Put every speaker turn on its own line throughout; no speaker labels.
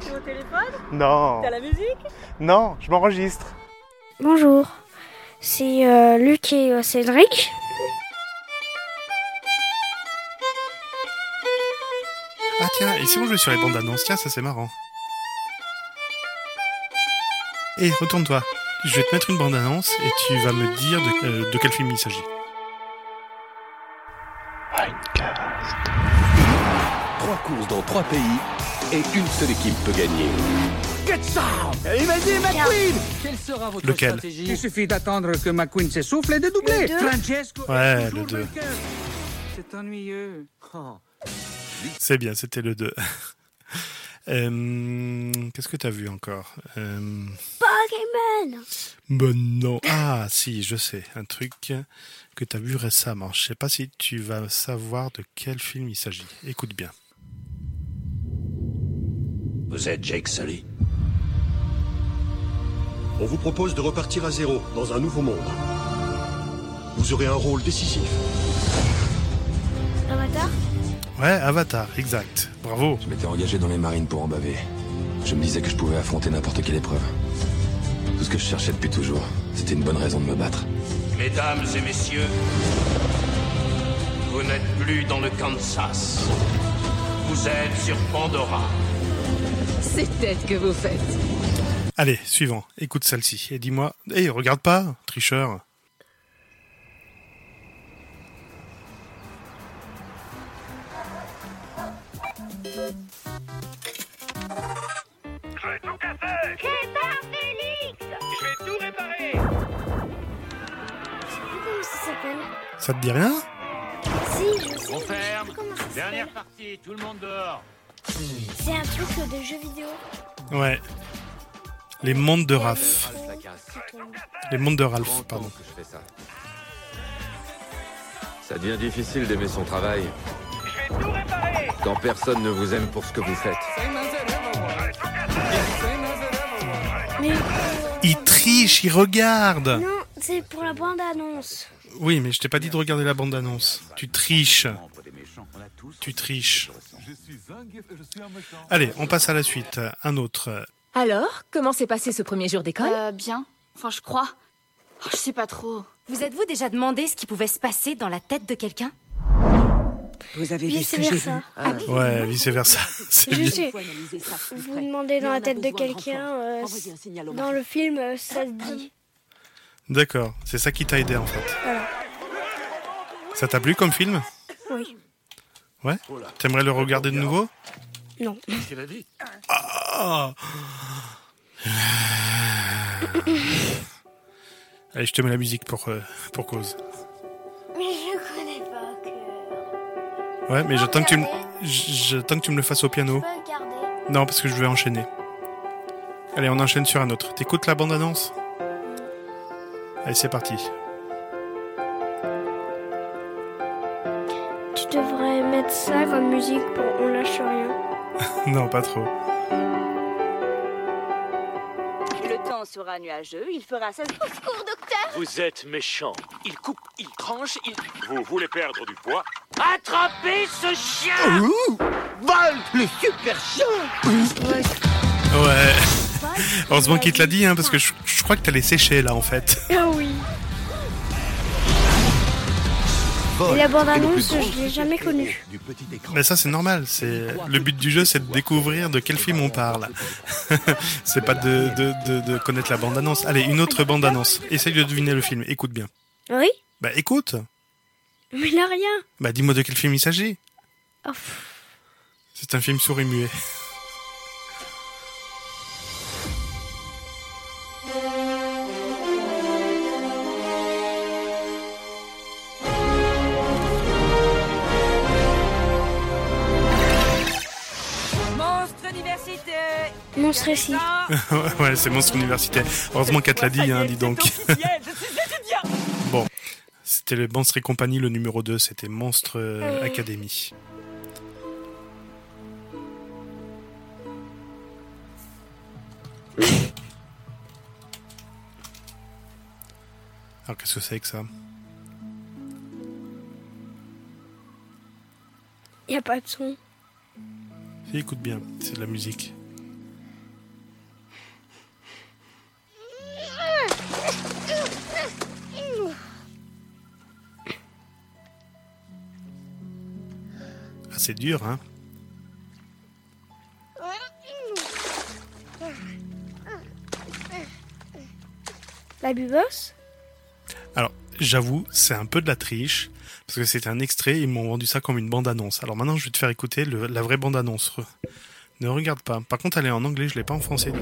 Tu es au téléphone
Non,
Oh.
T'as la musique
non, je m'enregistre.
Bonjour, c'est euh, Luc et euh, Cédric.
Ah tiens, et si on jouait sur les bandes annonces Tiens, ça c'est marrant. Et Eh, retourne-toi. Je vais te mettre une bande annonce et tu vas me dire de, euh, de quel film il s'agit.
Trois courses dans trois pays et une seule équipe peut gagner.
Quelle sera votre
Lequel
stratégie
Il suffit d'attendre que McQueen s'essouffle et de doubler. Francesco est
Ouais,
toujours
le deux.
vainqueur. C'est ennuyeux.
C'est bien, c'était le 2. Euh, Qu'est-ce que t'as vu encore euh...
Pokémon
Bon non. Ah si, je sais. Un truc que t'as vu récemment. Je sais pas si tu vas savoir de quel film il s'agit. Écoute bien.
Vous êtes Jake Sully.
On vous propose de repartir à zéro dans un nouveau monde. Vous aurez un rôle décisif.
Avatar
Ouais, Avatar, exact. Bravo.
Je m'étais engagé dans les marines pour en baver. Je me disais que je pouvais affronter n'importe quelle épreuve. Tout ce que je cherchais depuis toujours, c'était une bonne raison de me battre.
Mesdames et messieurs, vous n'êtes plus dans le Kansas. Vous êtes sur Pandora.
Ces têtes que vous faites.
Allez, suivant. Écoute celle-ci et dis-moi. Eh, regarde pas, tricheur.
Comment ça s'appelle
Ça te dit rien
Si, je sais.
On ferme.
mais je sais pas comment ça s'appelle.
Dernière partie, tout le monde dehors.
C'est un truc euh, de jeu vidéo.
Ouais. Les mondes de
Ah,
Raph. Les mondes de Ralph, pardon.
que je fais ça. Ça devient difficile d'aimer son travail. Quand personne ne vous aime pour ce que vous faites.
Mais
Il triche, il regarde.
non, c'est pour la bande-annonce.
Oui, mais je t'ai pas dit de regarder la bande-annonce. Tu triches. Tu triches. Allez, on passe à la suite. Un autre.
Alors, comment s'est passé ce premier jour d'école
Euh, bien. Enfin, je crois. Oh, je sais pas trop.
Vous êtes-vous déjà demandé ce qui pouvait se passer dans la tête de quelqu'un
Vous avez vu
Vice
ce que j'ai vu
versa.
Ouais, vice versa. C'est bien.
Juste, vous demandez dans la tête de quelqu'un, euh, dans le film, euh, ça se dit.
D'accord, c'est ça qui t'a aidé en fait. Ça t'a plu comme film
Oui.
Ouais T'aimerais le regarder de nouveau
Non.
Ah Allez, je te mets la musique pour, euh, pour cause.
Mais je connais pas que.
Ouais, mais j'attends que, tu me- j'attends que tu me le fasses au piano.
regarder.
Non, parce que je vais enchaîner. Allez, on enchaîne sur un autre. T'écoutes la bande-annonce Allez, c'est parti.
Tu devrais mettre ça comme musique pour On lâche rien.
Non, pas trop.
Le temps sera nuageux, il fera ça.
Vous êtes méchant. Il coupe, il tranche, il. Vous voulez perdre du poids Attrapez ce chien
Ouais. Heureusement qu'il te l'a dit, hein, parce que je, je crois que t'allais sécher là en fait.
Ah oui. Et la bande-annonce, je l'ai jamais connue.
Mais ça c'est normal, c'est le but du jeu c'est de découvrir de quel film on parle. c'est pas de, de, de, de connaître la bande-annonce. Allez, une autre bande-annonce. Essaye de deviner le film, écoute bien.
Oui
Bah écoute,
Mais il a rien.
bah dis-moi de quel film il s'agit.
Oh, pff.
C'est un film souris muet.
Monstre diversité
Monstre ici.
ouais, c'est Monstre Universitaire. Heureusement qu'elle te l'a dit, hein, dis donc. bon, c'était le Monstre et compagnie, le numéro 2, c'était Monstre euh, Academy. Alors qu'est-ce que c'est que ça
Y a pas de son.
Si, Écoute bien, c'est de la musique. c'est dur, hein.
La bubosse
Alors, j'avoue, c'est un peu de la triche, parce que c'est un extrait, ils m'ont vendu ça comme une bande-annonce. Alors maintenant, je vais te faire écouter le- la vraie bande-annonce. Re- Ne regarde pas. Par contre, elle est en anglais, je l'ai pas en français. donc.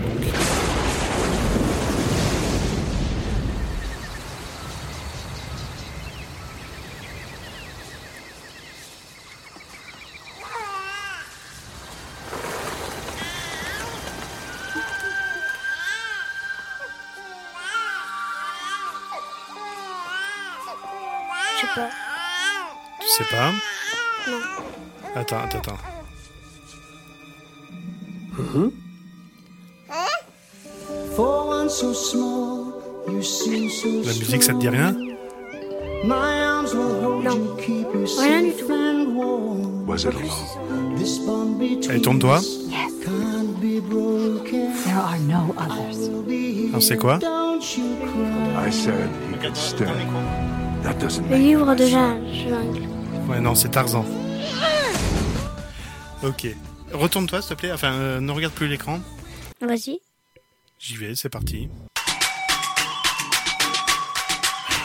Je sais pas.
Tu sais pas hein
Non.
Attends, attends, attends.
For one so small, you seem so
La musique, ça te dit rien
My arms will hold you, keep you safe and warm. This bond
Allez,
between
tourne-toi.
us can't be broken. There are no others.
Alors, c'est quoi
Don't you
I said he could stay. That doesn't
Le livre de Jean Jungle.
Ouais, non, c'est Tarzan. Ok. Retourne-toi, s'il te plaît. Enfin, euh, ne regarde plus l'écran.
Vas-y.
J'y vais, c'est parti.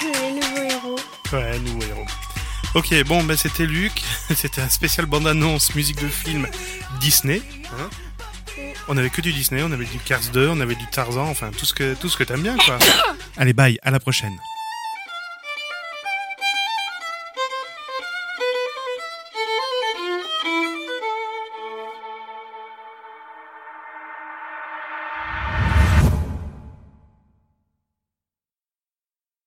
Les nouveaux héros.
Ouais, nouveau héros. Ok, bon, bah, c'était Luc. c'était un spécial bande-annonce, musique de film Disney. hein. on avait que du Disney, on avait du Cars 2, on avait du Tarzan, enfin, tout ce que, tout ce que t'aimes bien, quoi. Allez, bye, à la prochaine.